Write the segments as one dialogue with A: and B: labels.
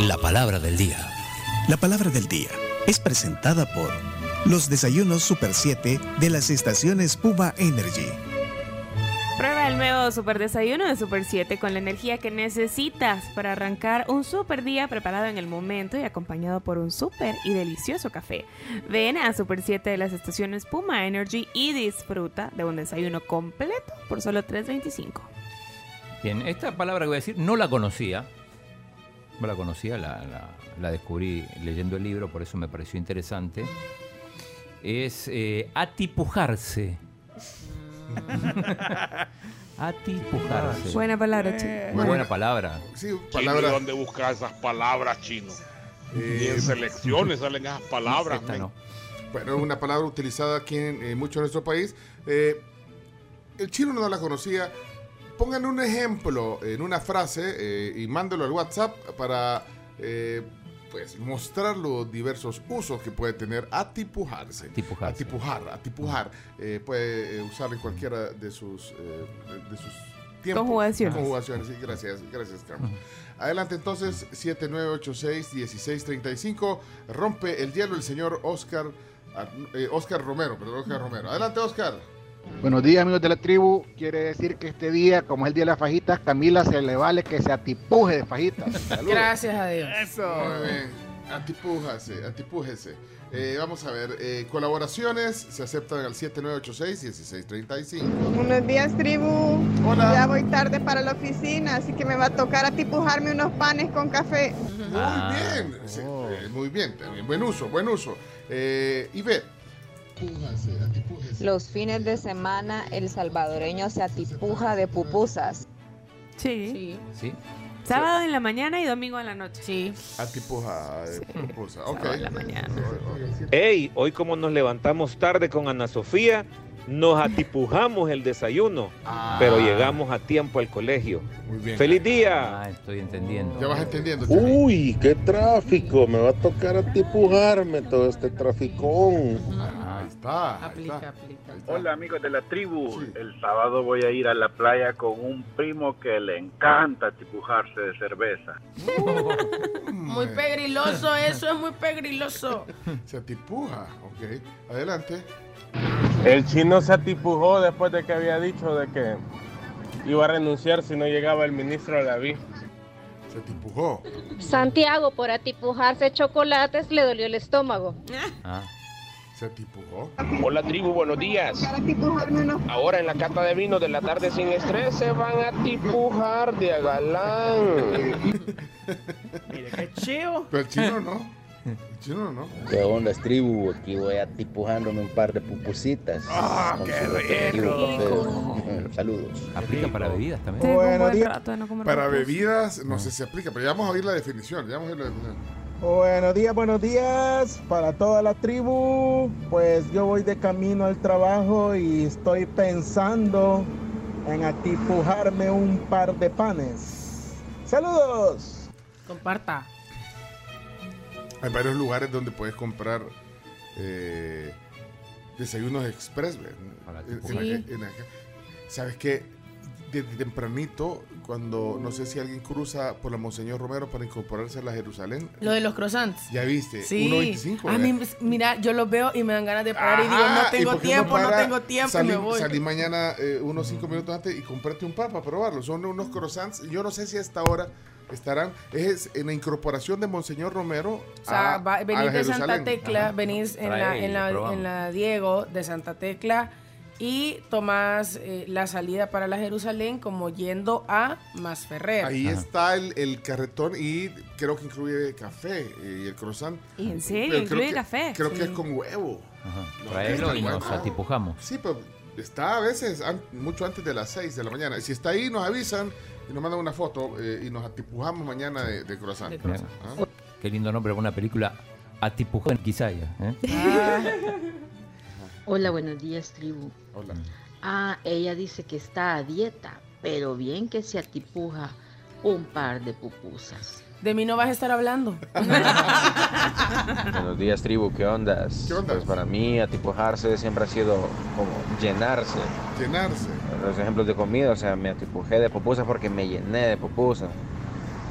A: La palabra del día.
B: La palabra del día es presentada por los desayunos Super 7 de las estaciones Puba Energy.
C: Prueba el nuevo super desayuno de Super 7 con la energía que necesitas para arrancar un super día preparado en el momento y acompañado por un super y delicioso café. Ven a Super 7 de las estaciones Puma Energy y disfruta de un desayuno completo por solo $3.25.
D: Bien, esta palabra que voy a decir no la conocía. No la conocía, la, la- la descubrí leyendo el libro, por eso me pareció interesante. Es eh, atipujarse. atipujarse.
C: Buena palabra, chicos.
D: Muy buena palabra. Eh,
E: Sí,
F: Chino, ¿y
E: palabras.
F: ¿Dónde buscas esas palabras, chino? Y en selecciones salen esas palabras.
D: Esta
F: men.
D: no.
E: Bueno, una palabra utilizada aquí en, eh, mucho en nuestro país. Eh, el chino no la conocía. Pongan un ejemplo en una frase eh, y mándalo al WhatsApp para eh, pues mostrar los diversos usos que puede tener atipujarse.
D: Atipujarse.
E: Atipujar, atipujar. Eh, puede eh, usar en cualquiera de sus, eh, de sus tiempos.
C: Conjugaciones.
E: Conjugaciones, sí, gracias, gracias, Carmen. Adelante entonces, 7986-1635. Rompe el hielo el señor Oscar, Ar- eh, Oscar Romero, perdón, Oscar Romero. Adelante, Oscar.
G: Buenos días amigos de la tribu, quiere decir que este día, como es el día de las fajitas, Camila se le vale que se atipuje de fajitas. Saludos.
H: Gracias a Dios.
E: Muy bien. Antipújase, antipújese. Eh, vamos a ver, eh, colaboraciones se aceptan al 7986-1635.
I: Buenos días, tribu.
E: Hola.
I: Ya voy tarde para la oficina, así que me va a tocar atipujarme unos panes con café.
E: Muy bien, sí, eh, muy bien, también. buen uso, buen uso. Eh, Ivette. Antipújase, antipújese.
J: Los fines de semana el salvadoreño se atipuja de pupusas.
C: Sí.
H: Sí.
D: Sí.
C: Sábado en la mañana y domingo en la noche.
H: Sí.
E: Antipuja, eh, pupusa, ok.
C: sábado en la mañana.
K: Hey, hoy como nos levantamos tarde con Ana Sofía, nos atipujamos el desayuno,
E: Ah,
K: pero llegamos a tiempo al colegio.
E: Muy bien.
K: ¡Feliz día!
D: Ah, estoy entendiendo.
E: Ya vas entendiendo. Charlie.
K: Uh.
L: Uy, qué tráfico, me va a tocar atipujarme todo este traficón.
E: Ahí está. ahí
H: Aplica,
E: está,
H: aplica.
E: ahí está.
L: Hola amigos de la tribu,
E: Sí.
L: el sábado voy a ir a la playa con un primo que le encanta atipujarse de cerveza.
E: Uh.
H: Muy pegriloso, eso es muy pegriloso.
E: Se atipuja, ok. Adelante.
L: El chino se atipujó después de que había dicho de que iba a renunciar si no llegaba el ministro Laví.
E: Se atipujó.
J: Santiago, por atipujarse chocolates, le dolió el estómago.
D: Ah,
E: Se atipujó.
K: Hola tribu, buenos días.
I: Para atipujarme unos
K: Ahora en la cata de vinos de la tarde sin estrés se van a atipujar de galán.
H: Mira qué chivo.
E: Pero el chino no. El chino no.
L: ¿Qué onda, es tribu? Aquí voy atipujándome un par de pupusitas.
F: ¡Ah, qué
L: rico! Saludos.
D: aplica para bebidas también.
C: Tengo un
L: Buenos
C: buen
L: días.
C: rato de no comer
E: Para
C: pupusas.
E: bebidas, no sé si aplica, pero ya vamos a oír la definición. Ya vamos a oír la definición.
L: Buenos días, buenos días para toda la tribu. Pues yo voy de camino al trabajo y estoy pensando en atipujarme un par de panes. Saludos.
H: Comparta.
E: Hay varios lugares donde puedes comprar eh, desayunos express. ¿ve?
D: Para
E: En- en
D: atipujar.
E: aquel-
H: Sí.
E: en aquel- ¿Sabes qué? Desde tempranito, cuando no sé si alguien cruza por la Monseñor Romero para incorporarse a la Jerusalén,
H: Lo de los croissants.
E: ya viste,
H: Sí.
E: 1.25.
H: A
E: Eh, ¿verdad?
H: mí, mira, yo los veo y me dan ganas de parar y digo,
E: Ajá,
H: no
E: ¿y
H: tengo
E: por qué
H: tiempo, no
E: para?
H: tengo tiempo
E: salí,
H: y me voy.
E: salí mañana eh, unos cinco minutos antes y comprate un pan para probarlo. Son unos croissants. Yo no sé si a esta hora estarán. Es en la incorporación de Monseñor Romero
H: O sea,
E: a,
H: va-
E: Ah, a
H: venís de Santa
E: Jerusalén.
H: Tecla,
D: Ajá.
H: venís en la,
D: Trae y
H: en, la,
D: probamos.
H: en la Diego de Santa Tecla y tomás eh, la salida para la Jerusalén como yendo a Masferrer.
E: Ahí
D: Ajá.
E: está el, el carretón y creo que incluye café eh, y el croissant.
C: ¿Y en
E: Pero
C: serio?
E: creo
C: ¿Incluye
E: que-
C: café?
E: Creo que
H: Sí.
E: es con huevo.
D: Ajá.
E: No,
D: Traelo y nos
E: bueno.
D: atipujamos.
E: Sí, pero está a veces an- mucho antes de las 6 de la mañana. Si está ahí, nos avisan y nos mandan una foto eh, y nos atipujamos mañana de, de croissant.
H: De
D: croissant.
E: Ah.
D: Qué lindo nombre para una película. Atipujó en Quisaya. ¿eh?
J: Hola, buenos días, tribu.
E: Hola.
J: Ah, ella dice que está a dieta, pero bien que se atipuja un par de pupusas.
H: De mí no vas a estar hablando.
K: Buenos días tribu, ¿qué ondas?
E: ¿Qué ondas?
K: Pues para mí atipujarse siempre ha sido como llenarse.
E: Ah, Llenarse.
K: Los ejemplos de comida, o sea, me atipujé de pupusas porque me llené de pupusas.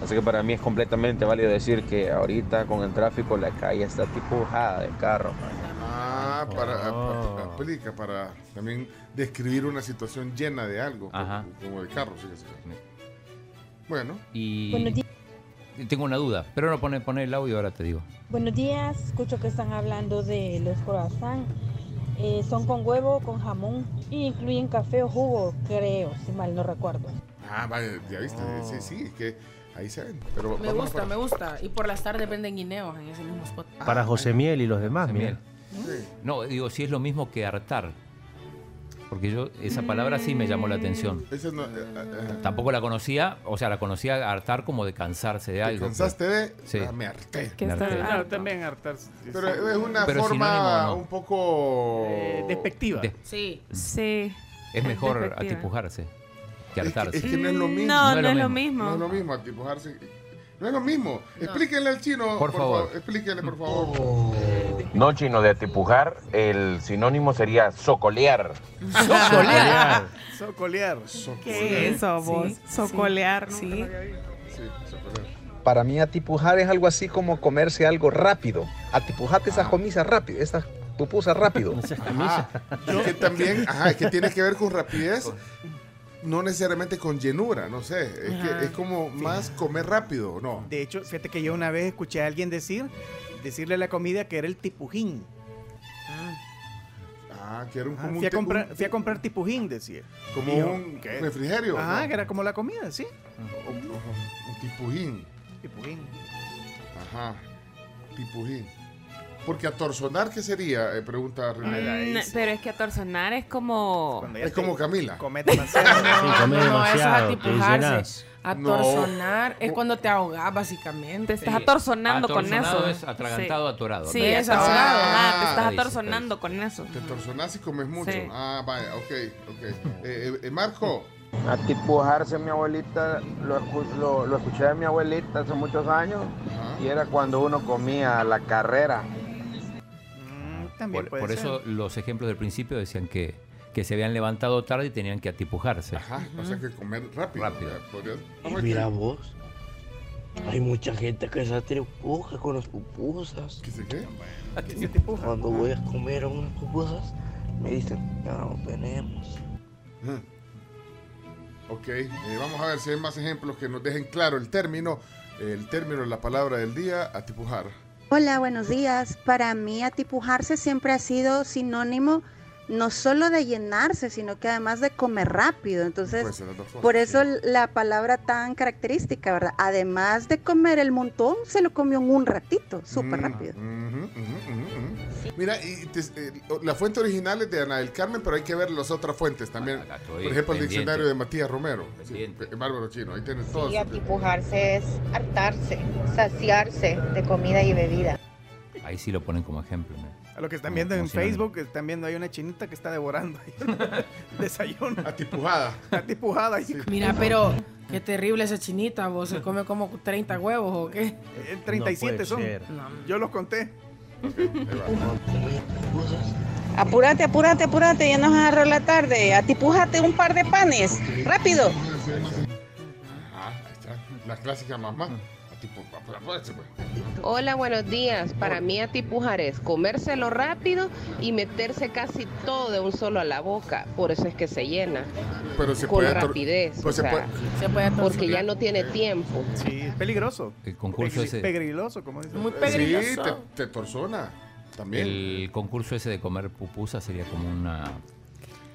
A: Así que para mí es completamente válido decir que ahorita con el tráfico la calle está tipujada de carro.
E: Ah, para, ap- aplica para también describir una situación llena de algo,
D: Ajá.
E: como, como el carro, sí, sí. Bueno.
M: Buenos
D: Y
M: días.
D: tengo una duda, pero no pone, pone el audio, ahora te digo.
M: Buenos días, escucho que están hablando de los croissants. Eh, son con huevo, con jamón y incluyen café o jugo, creo, si mal no recuerdo.
E: Ah, vale, ya viste,
M: Oh.
E: sí, sí, es que ahí se ven. Pero
H: Me
E: vamos
H: gusta, me gusta. Y por las tardes venden guineos en ese mismo spot.
N: Para José Miel y los
O: Ah,
N: demás, mira.
D: No, digo, si es lo mismo que hartar. Porque yo, esa palabra sí me llamó la atención.
E: Ese
O: Ah.
E: no, eh, eh,
D: Tampoco la conocía, o sea, la conocía hartar como de cansarse de algo. pues.
E: cansaste de?
D: Sí.
E: Ah, me harté.
D: Me harté.
O: Ah, también hartar.
E: Pero eh, es una
D: Pero
E: forma
D: sinónimo, ¿no?
E: un poco...
O: Eh, despectiva.
D: De-
H: Sí.
C: Sí.
D: Es mejor
C: Despectiva.
D: atipujarse que hartarse.
E: Es que no es lo mismo.
C: Mm, No, No es no lo es lo mismo. mismo.
E: No es lo mismo atipujarse. No es lo mismo. Explíquenle al chino.
A: Por favor.
E: Explíquenle, por favor.
O: Oh.
A: No, chino, de atipujar, el sinónimo sería socolear.
O: Socolear. Socolear.
C: ¿Qué es eso, vos? Socolear. Sí.
P: Para mí atipujar es algo así como comerse algo rápido. Atipujate
Q: Ah.
P: esas comisas rápido, esas pupusas rápido.
E: Es que también, ajá, es que tiene que ver con rapidez, no necesariamente con llenura, no sé. Es,
O: Ajá.
E: que es como más comer rápido, ¿no?
O: De hecho, fíjate que yo una vez escuché a alguien decir, decirle a la comida que era el tipujín.
E: Ah, que era un,
O: Ajá,
E: como un
O: fui, a
E: te-
O: comprar,
E: un-
O: fui a comprar tipujín, decía.
E: Como
O: Y yo,
E: un refrigerio,
O: Ajá,
E: ¿no?
O: que era como la comida, sí.
E: un- un tipujín.
O: Tipujín.
E: Ajá. Tipujín. Porque atorzonar, ¿qué sería? Eh, pregunta René.
C: Mm, pero es que atorzonar es como.
E: Es como Camila.
O: Comete demasiado.
H: No,
E: come
H: no, eso es
E: demasiado, te
H: atipujarse.
E: llenas.
H: Atorzonar
E: Oh.
H: es cuando te ahogas, básicamente. Te
C: estás atorzonando con
D: Atorzonado
C: eso.
D: es atragantado, atorado.
C: Sí,
D: ¿no?
C: es atorado. Ah, te estás atorzonando con eso.
E: Te atorzonas y comes mucho.
C: Sí.
E: Ah, vaya, ok, ok. Eh, eh, eh, Marco.
A: Atipujarse, mi abuelita, lo, escu- lo- lo escuché de mi abuelita hace muchos años y era cuando uno comía a la carrera.
O: Mm, Ah,
D: Por, por eso los ejemplos del principio decían que, que se habían levantado tarde y tenían que atipujarse.
O: Ah.
E: Ajá, o sea que comer rápido.
D: Rápido.
E: eh, podrías-
Q: Y mira vos, hay mucha gente que se atipuja con las pupusas.
E: ¿Qué se qué?
O: ¿Qué se atipuja?
Q: Cuando voy a comer unas pupusas, me dicen, "Ah, ya no tenemos.
E: Ah. Ok, eh, vamos a ver si hay más ejemplos que nos dejen claro el término, el término de la palabra del día, atipujar.
R: Hola, buenos días. Para mí atipujarse siempre ha sido sinónimo no solo de llenarse, sino que además de comer rápido.
E: Puede
R: Entonces,
E: ser las dos formas,
R: por eso
E: sí.
R: la palabra tan característica, ¿verdad? Además de comer el montón, se lo comió en un ratito, súper
E: Mm,
R: rápido.
E: ujú, ujú, ujú, ujú. Mira, y te- eh, la fuente original es de Ana del Carmen, pero hay que ver las otras fuentes también. Por ejemplo, el
D: Ah, pendiente.
E: diccionario de Matías Romero, sí, eh, Bárbaro Chino, ahí tienes todos.
S: Y atipujarse es hartarse, saciarse de comida y bebida.
D: Ahí sí lo ponen como ejemplo. ¿no?
O: A lo que están
D: Como-
O: viendo
D: como
O: en
D: sinónimo.
O: Facebook, que están viendo, hay una chinita que está devorando ahí el desayuno.
E: Atipujada.
O: Atipujada.
H: Mira, pero qué terrible esa chinita, vos. Se come como 30 huevos o qué.
O: Eh, 37 son. Yo los conté.
T: Apúrate, apúrate, apúrate, ya nos agarró la tarde. Atipújate un par de panes. Rápido.
E: Ah, ahí está, la clásica mamá. Atipu- apúrate, pues.
U: Hola, buenos días. Para mí atipujar es comérselo rápido y meterse casi todo de un solo a la boca. Por eso es que se llena.
E: Pero Pues se
U: Con
E: puede ator-
U: rapidez.
E: pues
U: o
E: se
U: sea,
E: puede- pues
U: porque ya no tiene tiempo.
O: Sí, es peligroso.
D: El concurso
O: Pegri-
D: ese.
O: Pegriloso, como dicen. Muy
E: Sí, te, te torzona también.
D: El concurso ese de comer pupusa sería como una.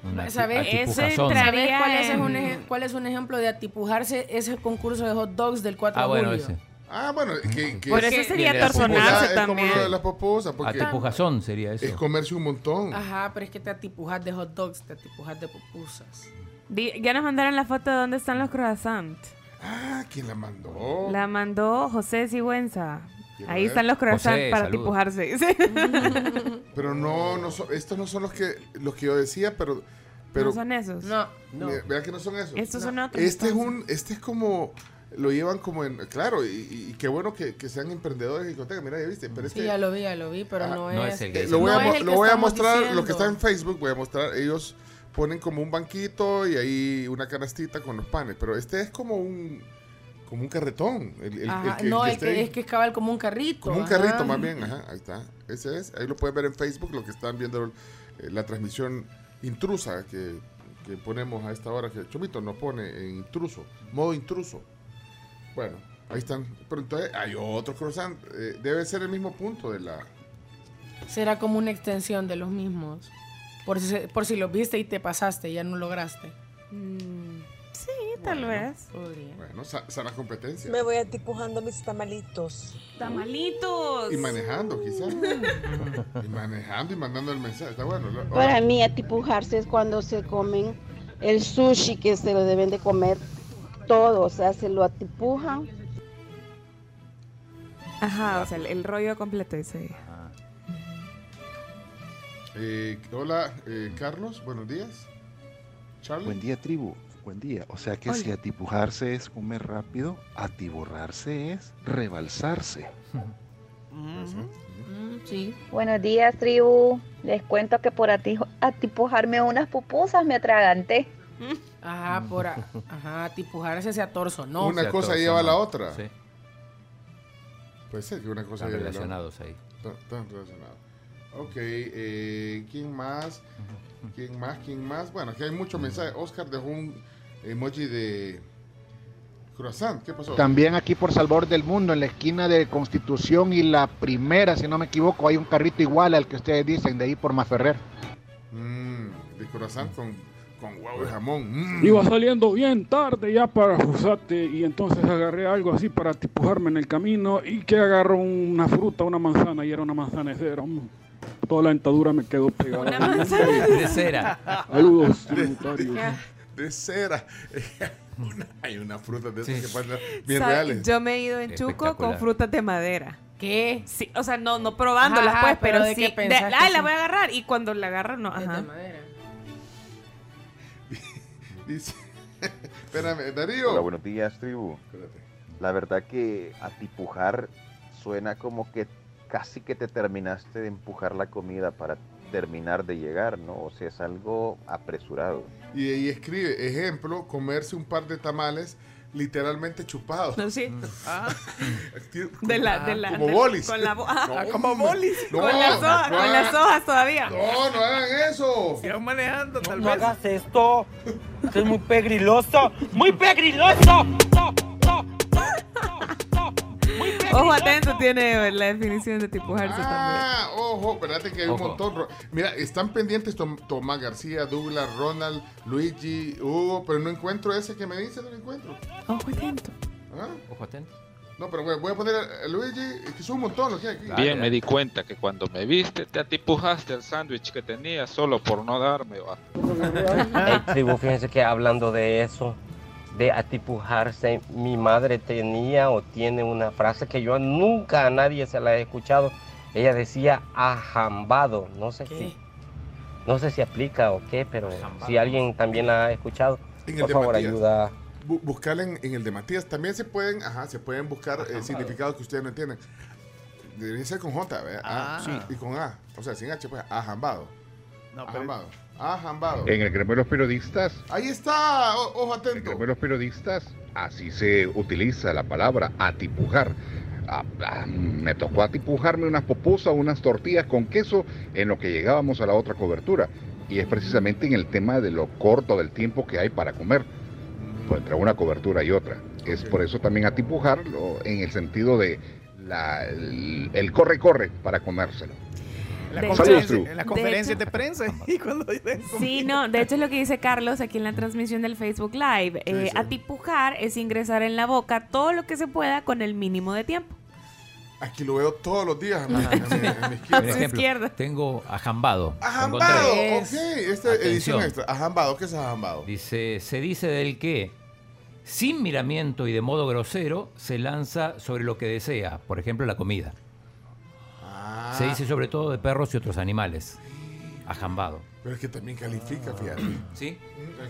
D: una
H: ¿Sabes?
D: ati-
H: Ese
D: atipujazón.
H: ¿Sabes cuál es,
C: en-
H: un ej- cuál es un ejemplo de atipujarse? Es el concurso de hot dogs del 4
D: Ah,
H: de
D: bueno,
H: julio.
D: ese.
E: Ah, bueno, que, que
H: Por eso sería torzonarse
E: Es como
H: también.
E: lo de las pupusas, porque
D: Atipujazón sería eso.
E: es comerse un montón.
H: Ajá, pero es que te atipujas de hot dogs, te atipujas de pupusas.
C: Di- Ya nos mandaron la foto de dónde están los croissants.
E: Ah, ¿quién la mandó?
C: La mandó José Sigüenza.
E: Quiero
C: Ahí
E: ver.
C: están los croissants
E: José,
C: para
E: saludos.
C: atipujarse.
E: Pero no, no son- estos no son los que, los que yo decía, pero... pero
C: no son esos.
H: No,
E: Mira, ¿verdad que Pues, no son esos?
C: Estos son otros.
E: Este es un, este es como lo llevan como en, claro, y, y- y qué bueno que, que sean emprendedores de discoteca, mira, ya viste, pero
H: Sí,
E: este
H: ya lo vi, ya lo vi, pero no,
E: no
H: es.
E: es el que- Eh, lo voy a,
H: No
E: mo-
H: es el
E: lo
H: que
E: voy a
H: estamos
E: mostrar, lo que
H: diciendo.
E: está en Facebook, voy a mostrar, ellos ponen como un banquito y ahí una canastita con los panes, pero este es como un Como un carretón. El, el- el
H: Ajá,
E: que- el
H: no,
E: que
H: el
E: esté
H: que-
E: ahí.
H: es que es cabal como un carrito.
E: Como un
H: ajá.
E: carrito más bien, ajá, ahí está. Ese es, ahí lo pueden ver en Facebook, lo que están viendo eh, la transmisión intrusa que, que ponemos a esta hora, que Chomito nos pone en intruso, modo intruso. Bueno, ahí están. Pero entonces hay otro croissant, eh, debe ser el mismo punto de la...
H: Será como una extensión de los mismos. Por si, se- por si los viste y te pasaste, ya no lograste.
C: Mm, sí, tal vez.
E: Bueno, sa- sana competencia.
M: Me voy atipujando mis tamalitos.
C: Tamalitos.
E: Y manejando, quizás. y manejando y mandando el mensaje. Está bueno. lo-
B: Para mí, atipujarse es cuando se comen el sushi que se lo deben de comer todo, o sea, se lo atipujan.
C: Ajá, o sea, el, el rollo completo ese.
E: Eh, hola, eh, Carlos, buenos días. Charlie.
V: Buen día, tribu. Buen día. O sea que
E: Hola.
V: si atipujarse es comer rápido, atiborrarse es rebalsarse.
E: Pues,
H: Mm,
S: Buenos días, tribu. Les cuento que por atijo- atipujarme unas pupusas me atraganté.
H: Ajá, Mm. Ah, por a- ajá, atipujarse sea torso, no.
E: Una
D: sea,
E: cosa
D: todos
E: lleva a la
D: somos-
E: otra.
D: sí.
E: Puede ser pues, que una cosa
D: Están
E: lleve a la
D: relacionados
E: otra.
D: ahí.
E: Están, están relacionados. Ok, eh, ¿quién más? ¿Quién más? ¿Quién más? Bueno, aquí hay muchos mensajes. Oscar dejó un emoji de croissant. ¿Qué pasó?
G: También aquí por Salvador del Mundo, en la esquina de Constitución y la primera, si no me equivoco, hay un carrito igual al que ustedes dicen, de ahí por Maferrer.
E: Mm, de croissant con, con huevo y jamón. Mm.
W: Iba saliendo bien tarde ya para Jusate y entonces agarré algo así para tipujarme en el camino y que agarro una fruta, una manzana y era una manzana de cera. mm. Toda la dentadura me quedó pegada.
E: Una manzana de cera.
W: Saludos.
E: De, de cera. Una- hay unas frutas de esas que pasan bien
C: Sa-
E: reales.
C: Yo me he ido en Chuco con
E: Espectacular.
C: frutas de madera.
H: ¿Qué?
C: Sí, o sea, no, no probándolas,
H: Ajá,
C: pues,
H: pero
C: pero,
H: ¿de
C: sí.
H: qué pensás
C: de-
H: que
C: ay, la
H: son?
C: voy a agarrar. Y cuando la agarro, no. Ajá.
E: Dice- Espérame, Darío.
X: Hola, buenos días, tribu. La verdad que atipujar suena como que casi que te terminaste de empujar la comida para terminar de llegar, ¿no? O sea, es algo apresurado.
E: Y ahí escribe, ejemplo, comerse un par de tamales literalmente chupados.
C: No, sí.
E: Mm. de
C: la- de la-
E: Ah, Como
C: de-
E: bolis.
C: con la bo- ah,
E: No,
C: como
E: hombre.
C: bolis.
E: No,
C: Con las hojas-
E: no
C: con
E: hagan-
C: las hojas todavía.
E: No, no hagan eso.
O: Sigan manejando,
Q: No, no hagas esto. Esto es muy pegriloso. ¡Muy pegriloso!
C: Ojo atento tiene la definición de tipujarse
E: Ah, ojo, espérate que hay
C: Ojo.
E: un montón. Ro- Mira, están pendientes Tom- Tomás García, Douglas, Ronald, Luigi, Hugo, pero no encuentro ese que me dice, no lo encuentro. Ah.
C: Ojo atento.
D: Ojo atento.
E: No, pero voy, voy a poner a a Luigi, es que son un montón los que hay aquí.
Y: Bien, me di cuenta que cuando me viste te atipujaste el sándwich que tenía solo por no darme. va.
Q: Ey, tribu, fíjense que hablando de eso, de atipujarse, mi madre tenía o tiene una frase que yo nunca a nadie se la he escuchado. Ella decía ajambado, no sé si no sé si aplica o qué, pero si alguien también la ha escuchado,
E: En el
Q: por
E: de
Q: favor
E: Matías.
Q: ayuda.
E: Bu- buscar en, en el de Matías. También se pueden, ajá, se pueden buscar eh, significados que ustedes no entienden. Debería ser con J, ¿verdad? A,
Z: Ah. Sí.
E: Y con A. O sea, sin H, pues, ajambado.
Z: No, pero-
E: ajambado. Ajambado.
Z: En el gremio de los periodistas,
E: Ahí está, o- ojo atento.
Z: gremio de los periodistas, así se utiliza la palabra atipujar. Ah, ah, me tocó atipujarme unas pupusas, unas tortillas con queso en lo que llegábamos a la otra cobertura. Y es precisamente en el tema de lo corto del tiempo que hay para comer, pues, entre una cobertura y otra. Es por eso también atipujar lo- en el sentido de la- el el corre-corre para comérselo.
O: En las
Z: De
O: conferencias-
Z: hecho-
O: en
Z: de
O: las conferencias
C: hecho-
O: de prensa. Y cuando dicen
C: Sí, no, de hecho es lo que dice Carlos aquí en la transmisión del Facebook Live. Eh,
E: sí.
C: Atipujar es ingresar en la boca todo lo que se pueda con el mínimo de tiempo.
E: Aquí lo veo todos los días, a mi, a mi- a mi
D: Por
E: izquierda.
D: ejemplo, tengo ajambado.
E: Ajambado,
D: Encontré.
E: ok. Esta edición
D: Atención.
E: extra. Ajambado, ¿qué es ajambado?
D: Dice, se dice del que, sin miramiento y de modo grosero, se lanza sobre lo que desea, por ejemplo, la comida.
E: Ah,
D: Se dice sobre todo de perros y otros animales. Ajambado.
E: Pero es que también califica, fíjate.
D: ¿Sí?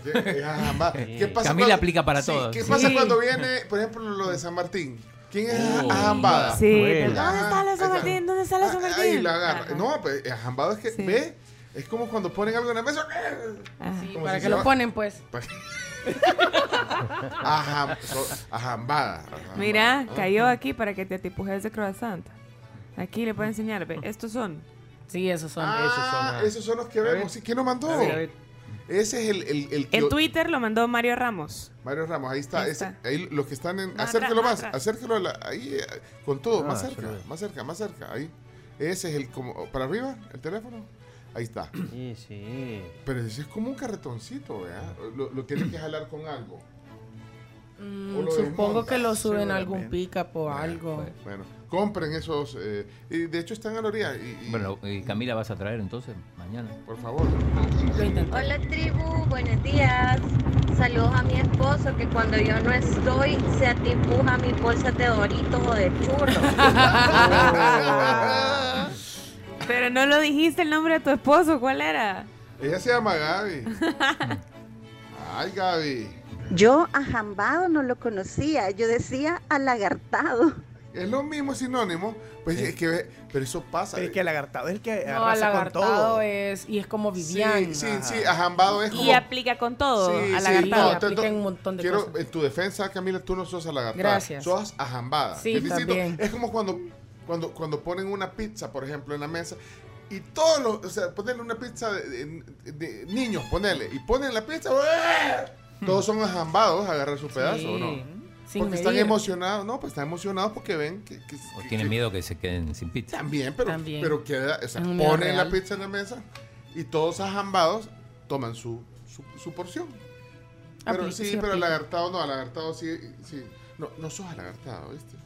E: Es ajambado. ¿Qué pasa
D: Camila
E: cuando-
D: aplica para
E: Sí,
D: todos.
E: ¿Qué pasa
D: Sí.
E: cuando viene, por ejemplo, lo de San Martín? ¿Quién es
D: Oh.
E: ajambada?
D: Sí,
C: pero ¿dónde está la San
E: Ajá.
C: Martín? ¿Dónde está la San Martín?
E: Ah, Ahí la agarra. No, pues ajambado es que, ve, es ¡eh!
C: Ah,
E: como cuando ponen algo en la mesa.
H: Sí, para que lo ponen, pues.
E: A, Pues, jam- so- a jambada. a jambada.
C: Mira, cayó aquí para que te atipujes de croissant. Aquí le puedo enseñar, ve, estos son.
H: Sí, esos son.
E: Ah, esos son los que vemos. ¿Sí? ¿Quién nos mandó? Ese es el, el, el que-
C: En Twitter lo mandó Mario Ramos.
E: Mario Ramos, ahí está.
C: Ahí
E: ese-
C: está.
E: ahí los que están en.
C: Más
E: acérquelo
C: atrás,
E: más,
C: más atrás.
E: acérquelo a la- ahí, eh, con todo,
V: Ah,
E: más cerca,
V: solo.
E: más cerca, más cerca. Ahí. Ese es el como. ¿Para arriba? ¿El teléfono? Ahí está.
V: Sí, sí.
E: Pero ese es como un carretoncito, ¿verdad? Lo, lo tienen que jalar con algo.
H: Mm,
E: O lo
H: supongo
E: desmontas,
H: que lo suben a
E: seguramente.
H: algún pickup o algo.
E: Bueno, compren esos. eh, y de hecho están a la orilla. Y, y-
D: Bueno, eh, Camila, ¿vas a traer entonces mañana?
E: Por favor.
F: Hola tribu, buenos días. Saludos a mi esposo que cuando yo no estoy se atipuja mis bolsas de doritos o de churros.
C: Pero no lo dijiste el nombre de tu esposo, ¿cuál era?
E: Ella se llama Gaby. Ay, Gaby.
R: Yo a jambado no lo conocía, yo decía alagartado.
E: Es lo mismo sinónimo. Pues es que. ve- Pero eso pasa.
O: Pero es que el lagartado es el que
H: No,
O: arrasa con
H: alagartado
O: todo.
H: es. Y es como Vivian.
E: Sí, sí, sí, a jambado es
C: Y
E: como-
C: aplica con todo,
E: Sí,
C: a
E: sí,
C: la gatada.
E: no, te-
H: aplica
E: no,
H: en un montón de
E: quiero,
H: cosas.
E: En tu defensa, Camila, tú no sos a la gatada.
H: Gracias.
E: Sos a jambada.
H: Sí,
E: es distinto.
H: también.
E: Es como cuando, cuando, cuando ponen una pizza, por ejemplo, en la mesa. Y todos los, o sea, ponerle una pizza de, de- de niños, ponerle. Y ponen la pizza, ¡eh! todos son ajambados a agarrar su pedazo, ¿o ¿no?
H: Sin
E: porque están
H: medir.
E: emocionados, no, pues están emocionados porque ven que, que-
D: ¿O tienen miedo que se queden sin pizza?
E: También, pero,
D: También.
E: pero queda, o sea,
D: Es un miedo
E: ponen la
D: real.
E: pizza en la mesa y todos ajambados toman su, su, su porción. Pero
H: Aplica,
E: sí,
H: sí,
E: pero
H: aplica.
E: alagartado no, alagartado sí, sí. No, no sos alagartado, ¿viste?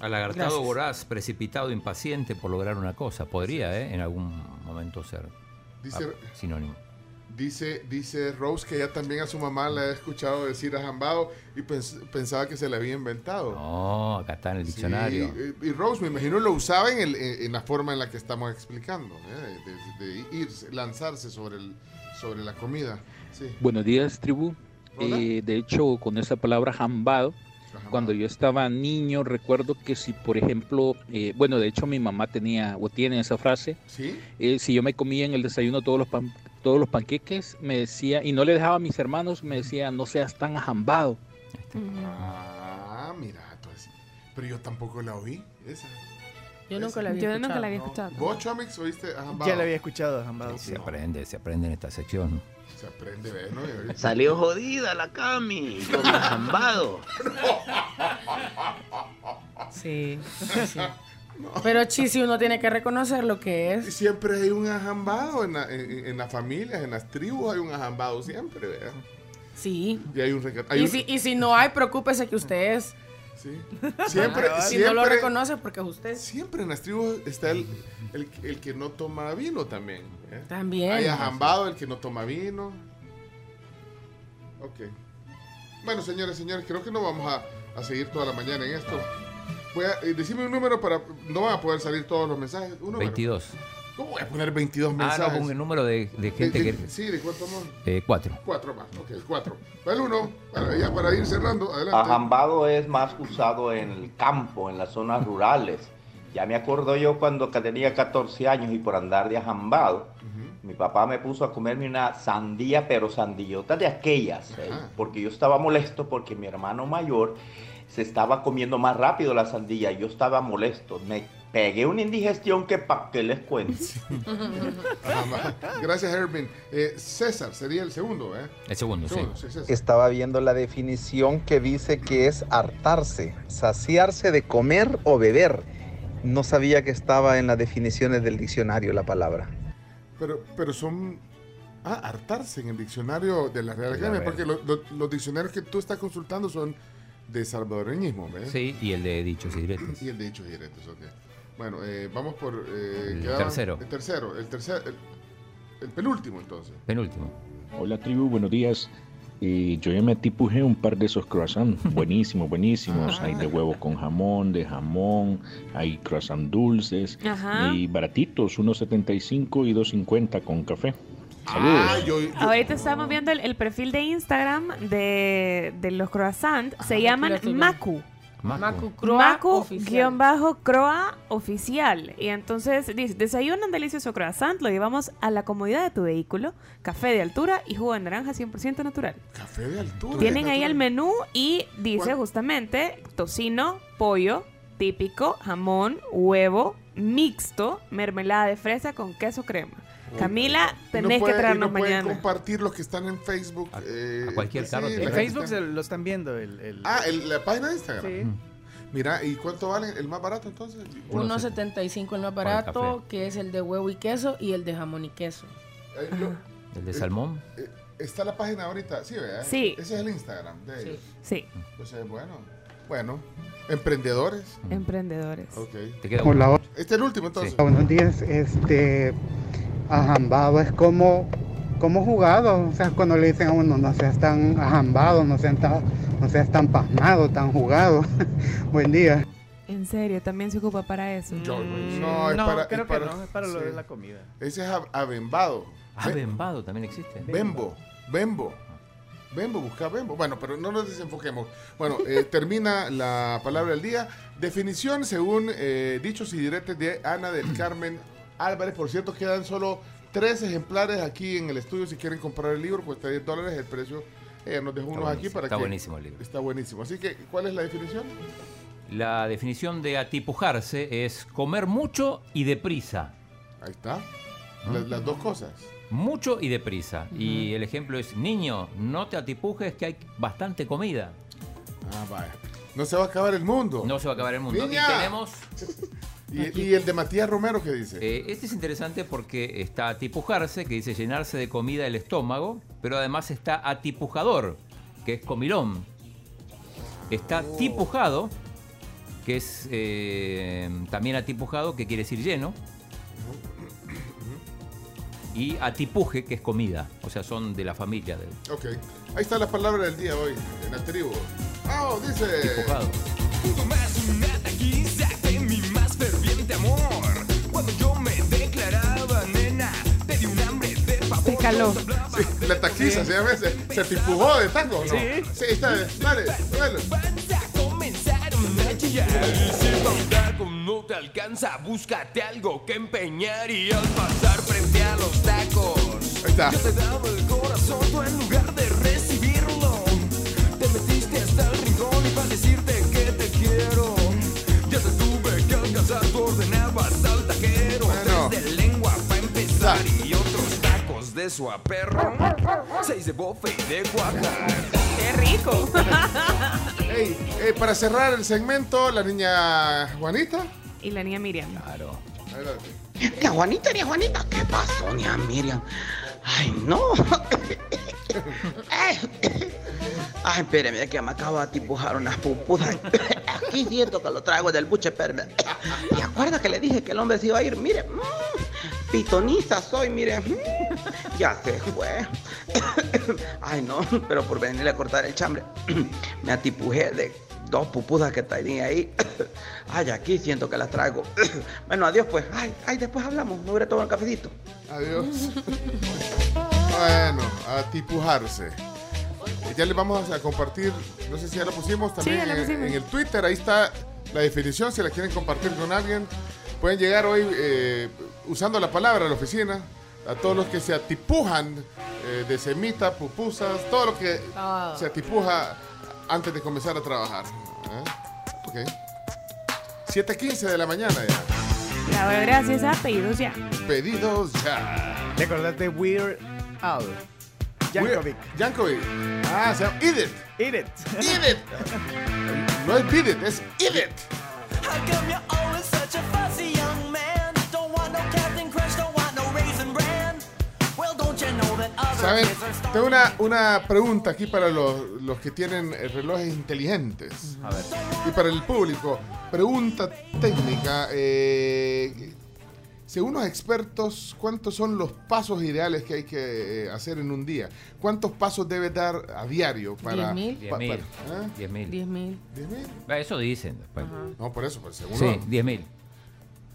D: Alagartado
E: Gracias.
D: voraz, precipitado, impaciente por lograr una cosa. Podría, ¿eh? En algún momento ser
E: Dice-
D: ah, sinónimo.
E: Dice, dice Rose que ella también a su mamá la ha escuchado decir ajambado y pens- pensaba que se la había inventado.
D: No, acá está en el diccionario.
E: Y, y Rose, me imagino, lo usaba en, el- en- en la forma en la que estamos explicando, ¿eh? de, de- de irse, lanzarse sobre, el, sobre la comida. Sí.
I: Buenos días, tribu. Eh, de hecho, con esa palabra jambado, cuando yo estaba niño, recuerdo que si, por ejemplo, eh, bueno, de hecho mi mamá tenía o tiene esa frase,
E: ¿Sí?
I: eh, si yo me comía en el desayuno todos los, pan- todos los panqueques, me decía, y no le dejaba a mis hermanos, me decía, no seas tan ajambado.
E: Ah, mira, pues. Pero yo tampoco la oí, esa.
H: Yo nunca la
E: Esa.
H: había Yo nunca escuchado. la había
E: No.
H: escuchado.
E: ¿Vos, Chomix, oíste Ah, ajambado?
O: Ya lo había escuchado, Jambado.
D: Se aprende, se aprende en esta sección.
E: Se aprende, ¿ves? ¿no? Y ahorita-
J: Salió jodida la Cami con el jambado.
H: Sí, sí, sí. Pero sí, sí, uno tiene que reconocer lo que es.
E: Siempre hay un ajambado en, la- en- en las familias, en las tribus hay un ajambado siempre, ¿verdad?
H: Sí.
E: Y hay un reca- hay
H: Y
E: un-
H: si, y si no hay, preocúpese que usted es.
E: Sí. Siempre,
H: Ah, si
E: siempre,
H: no lo reconoce, porque es usted.
E: siempre en las tribus está el, el, el que no toma vino también. ¿eh?
H: También.
E: Hay ajambado el que no toma vino. Ok. Bueno, señores, señores, creo que no vamos a, a seguir toda la mañana en esto. Voy a, eh, decime un número para... No van a poder salir todos los mensajes. Un número.
D: 22.
E: ¿Cómo voy a poner 22
D: Ah,
E: mensajes?
D: no, con el número de, de gente
E: De- de-
D: que...
E: Sí, ¿de cuánto más?
D: Eh, cuatro.
E: Cuatro más, ok, cuatro. Para el uno, para, ya para ir cerrando, adelante.
J: Ajambado es más usado en el campo, en las zonas rurales. Ya me acuerdo yo cuando ca- tenía 14 años y por andar de ajambado, mi papá me puso a comerme una sandía, pero sandillota de aquellas, ¿eh? porque yo estaba molesto porque mi hermano mayor se estaba comiendo más rápido la sandía, yo estaba molesto, me pegué una indigestión que pa' qué les cuento.
E: Ajambado. Gracias, Ervin. Eh, César sería el segundo, ¿eh?
D: El segundo, sí.
E: sí, César.
P: Estaba viendo la definición que dice que es hartarse, saciarse de comer o beber. No sabía que estaba en las definiciones del diccionario la palabra.
E: Pero, pero son. Ah, hartarse en el diccionario de la Real
D: Ya
E: Academia,
D: ves.
E: porque lo- lo- los diccionarios que tú estás consultando son de salvadoreñismo, ¿ves?
D: Sí, y el de dichos y directos.
E: ¿eh? Y el de hechos directos, ok. Bueno, eh, vamos por. eh,
D: El
E: quedaban-
D: tercero.
E: El tercero, el tercero. El, el penúltimo, entonces.
D: Penúltimo.
K: Hola tribu, buenos días. Eh, yo ya me atipujé un par de esos croissants, buenísimos, buenísimos. Hay de huevo con jamón, de jamón, hay croissants dulces
C: Ajá.
K: y baratitos, 1.75 y 2.50 con café. Saludos.
E: Ah, yo,
C: Ahorita estamos viendo el, el perfil de Instagram de, de los croissants. Se
H: aquí lo
C: llaman
H: estoy viendo.
C: Maku.
H: Macu Croa Oficial.
C: Macu-croa oficial. Y entonces dice, desayuno un delicioso croissant, lo llevamos a la comodidad de tu vehículo, café de altura y jugo de naranja 100% natural.
E: Café de altura.
C: Tienen ahí el
E: Natural.
C: menú y dice justamente tocino, pollo, típico, jamón, huevo, mixto, mermelada de fresa con queso crema. Camila,
E: Y no
C: tenés
E: puede- y
C: que traernos
E: no pueden
C: mañana.
E: compartir los que están en Facebook. eh,
D: a cualquier carro
E: la
D: te
O: En
E: gente
O: Facebook
E: está-
O: se lo están viendo. El, el-
E: Ah, el- la página de Instagram. Mm.
O: Sí.
E: Mira, ¿y cuánto vale el más barato entonces?
H: 1.75 el más barato,
D: café.
H: que es el de huevo y queso y el de jamón y queso.
E: Eh, lo-
D: El de salmón.
E: eh, está la página ahorita, sí, ¿verdad?
H: Sí.
E: Ese es el Instagram de ellos.
C: Sí.
E: Entonces, bueno, bueno, emprendedores.
C: Emprendedores.
E: Ok.
D: Te
E: queda
A: Hola.
E: Este es el último entonces.
A: Buenos días, este ajambado es como como jugado, o sea, cuando le dicen a uno no seas tan ajambado, no seas tan, no seas tan pasmado, tan jugado. Buen día.
C: En serio, también se ocupa para eso.
E: No, es para,
O: creo
E: es
O: que
E: para,
O: no, es para lo
E: sí.
O: de la comida.
E: Ese es ab- abembado.
D: Abembado Ah, también existe.
E: Bembo. Bembo. Bembo, busca Bembo. Bueno, pero no nos desenfoquemos. Bueno, eh, termina la palabra del día. Definición según eh, dichos y diretes de Ana del Carmen Álvarez. Por cierto, quedan solo tres ejemplares aquí en el estudio. Si quieren comprar el libro, cuesta 10 dólares el precio. Ella nos dejó unos aquí
D: buenísimo,
E: para
D: está
E: que-
D: buenísimo el libro.
E: Está buenísimo. Así que, ¿cuál es la definición?
D: La definición de atipujarse es comer mucho y deprisa.
E: Ahí está. Las- las dos cosas.
D: Mucho y deprisa. Y el ejemplo es, niño, no te atipujes que hay bastante comida.
E: Ah, vaya. No se va a acabar el mundo.
D: No se va a acabar el mundo.
E: Niña.
D: Y tenemos...
E: Y, y el de Matías Romero, ¿qué dice?
D: Eh, este es interesante porque está atipujarse, que dice llenarse de comida el estómago, pero además está atipujador, que es comilón. Está
E: Oh.
D: tipujado, que es eh, también atipujado, que quiere decir lleno. Y atipuje, que es comida. O sea, son de la familia del
E: Ok, ahí está la palabra del día hoy en la tribu. ¡Vamos! Dice.
D: tipujado.
L: Más una taquiza de mi más ferviente amor. Cuando yo me declaraba nena, te di un hambre de favor.
E: Se caló. Sí, la taquiza, se llama ese. Se tipujó de taco, ¿no?
L: Sí.
E: Sí, está bien. Dale, dale.
L: Comenzaron a chillar. Y si tampoco no te alcanza, búscate algo que empeñar. Y al pasar frente a los tacos,
E: está.
L: yo te daba el corazón. Tú en lugar de recibirlo, te metiste hasta el rincón. Y para decirte que te quiero, ya te tuve que alcanzar. Tú ordenabas al taquero. Tres de lengua para empezar. Y otros tacos de su perro. Seis de bofe y de guajar.
C: ¡Qué rico!
E: Ey, eh, para cerrar el segmento, la niña Juanita.
C: Y la niña Miriam.
D: Claro.
E: Adelante.
M: Ni a Juanita, ni a Juanita, ¿qué pasó, ni a Miriam? Ay, no. Ay, Ay, espérame, que me acabo de tipujar unas pupusas. Aquí siento que lo traigo del buche, espérame. ¿Y acuerda que le dije que el hombre se iba a ir? Mire, mm, pitoniza soy, mire. mm, Ya se fue. Ay, no, pero por venirle a cortar el chambre, me atipujé de dos pupusas que tenía ahí. Ay, aquí siento que las traigo. Bueno, adiós pues. Ay, ay, después hablamos. Me hubiera tomado un cafecito.
E: Adiós. Bueno, a tipujarse. Eh, Ya les vamos a compartir, no sé si ya lo pusimos también
N: ya la
E: en-
N: pusimos.
E: En, el Twitter, ahí está la definición, si la quieren compartir con alguien, pueden llegar hoy eh, usando la palabra a la oficina, a todos los que se atipujan eh, de semita, pupusas, todo lo que
H: Ah.
E: se atipuja antes de comenzar a trabajar. ¿Eh? Ok. 7.15 de la mañana ya.
C: Ya, bueno, gracias a pedidos ya.
E: Pedidos ya.
O: ¿Te acordás de Weird Al? Jankovic.
E: Jankovic. Ah, se llama Eat It.
O: Eat It.
E: Eat It. No es Beat It, es Eat It.
L: How come you're always such a fussy young man? Don't want no Captain Crunch, don't want no Raisin Bran. Well, don't you know that other
E: ¿Saben?
L: kids are starting
E: Tengo una, una pregunta aquí para los, los que tienen eh, relojes inteligentes.
D: A ver.
E: Y para el público. Pregunta técnica. eh, según los expertos, ¿cuántos son los pasos ideales que hay que eh, hacer en un día? ¿Cuántos pasos debes dar a diario para...
H: 10.000?
D: 10.000.
E: pa- para- ¿eh?
D: 10.000.
H: 10 mil.
E: ¿10.000?
D: Eso Ah, dicen después.
E: No, por eso, por seguro.
D: Sí, 10.000.
E: pues,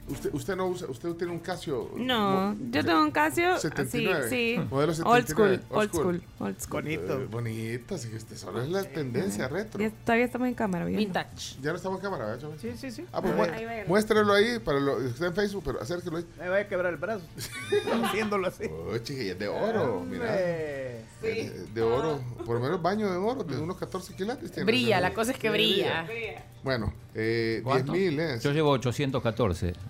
E: Usted, usted no usa, usted tiene un Casio.
C: No,
E: mo-
C: yo tengo un Casio.
E: 79.
C: Sí, sí.
E: Modelo
C: Old school,
E: 79,
C: old school, old school.
E: Eh, bonito, sí, este solo es la tendencia retro.
C: Ya- todavía estamos en cámara, ¿vieron?
E: Ya no estamos en cámara, ¿verdad, Chomel?
O: Sí, sí, sí.
E: Ah, pues
O: Ahí
E: mu-
O: va, ahí va.
E: muéstralo ahí, para lo, está en Facebook, pero acérquelo ahí.
O: Me voy a quebrar el brazo. Haciéndolo así.
E: Oye, que es de oro, mira.
O: Hombre.
E: Eh, De oro, por lo menos baño de oro, de unos 14 quilates. tiene.
H: Brilla, la cosa es que
E: Sí,
H: brilla.
E: Bueno, eh, 10.000 es.
D: Yo llevo 814.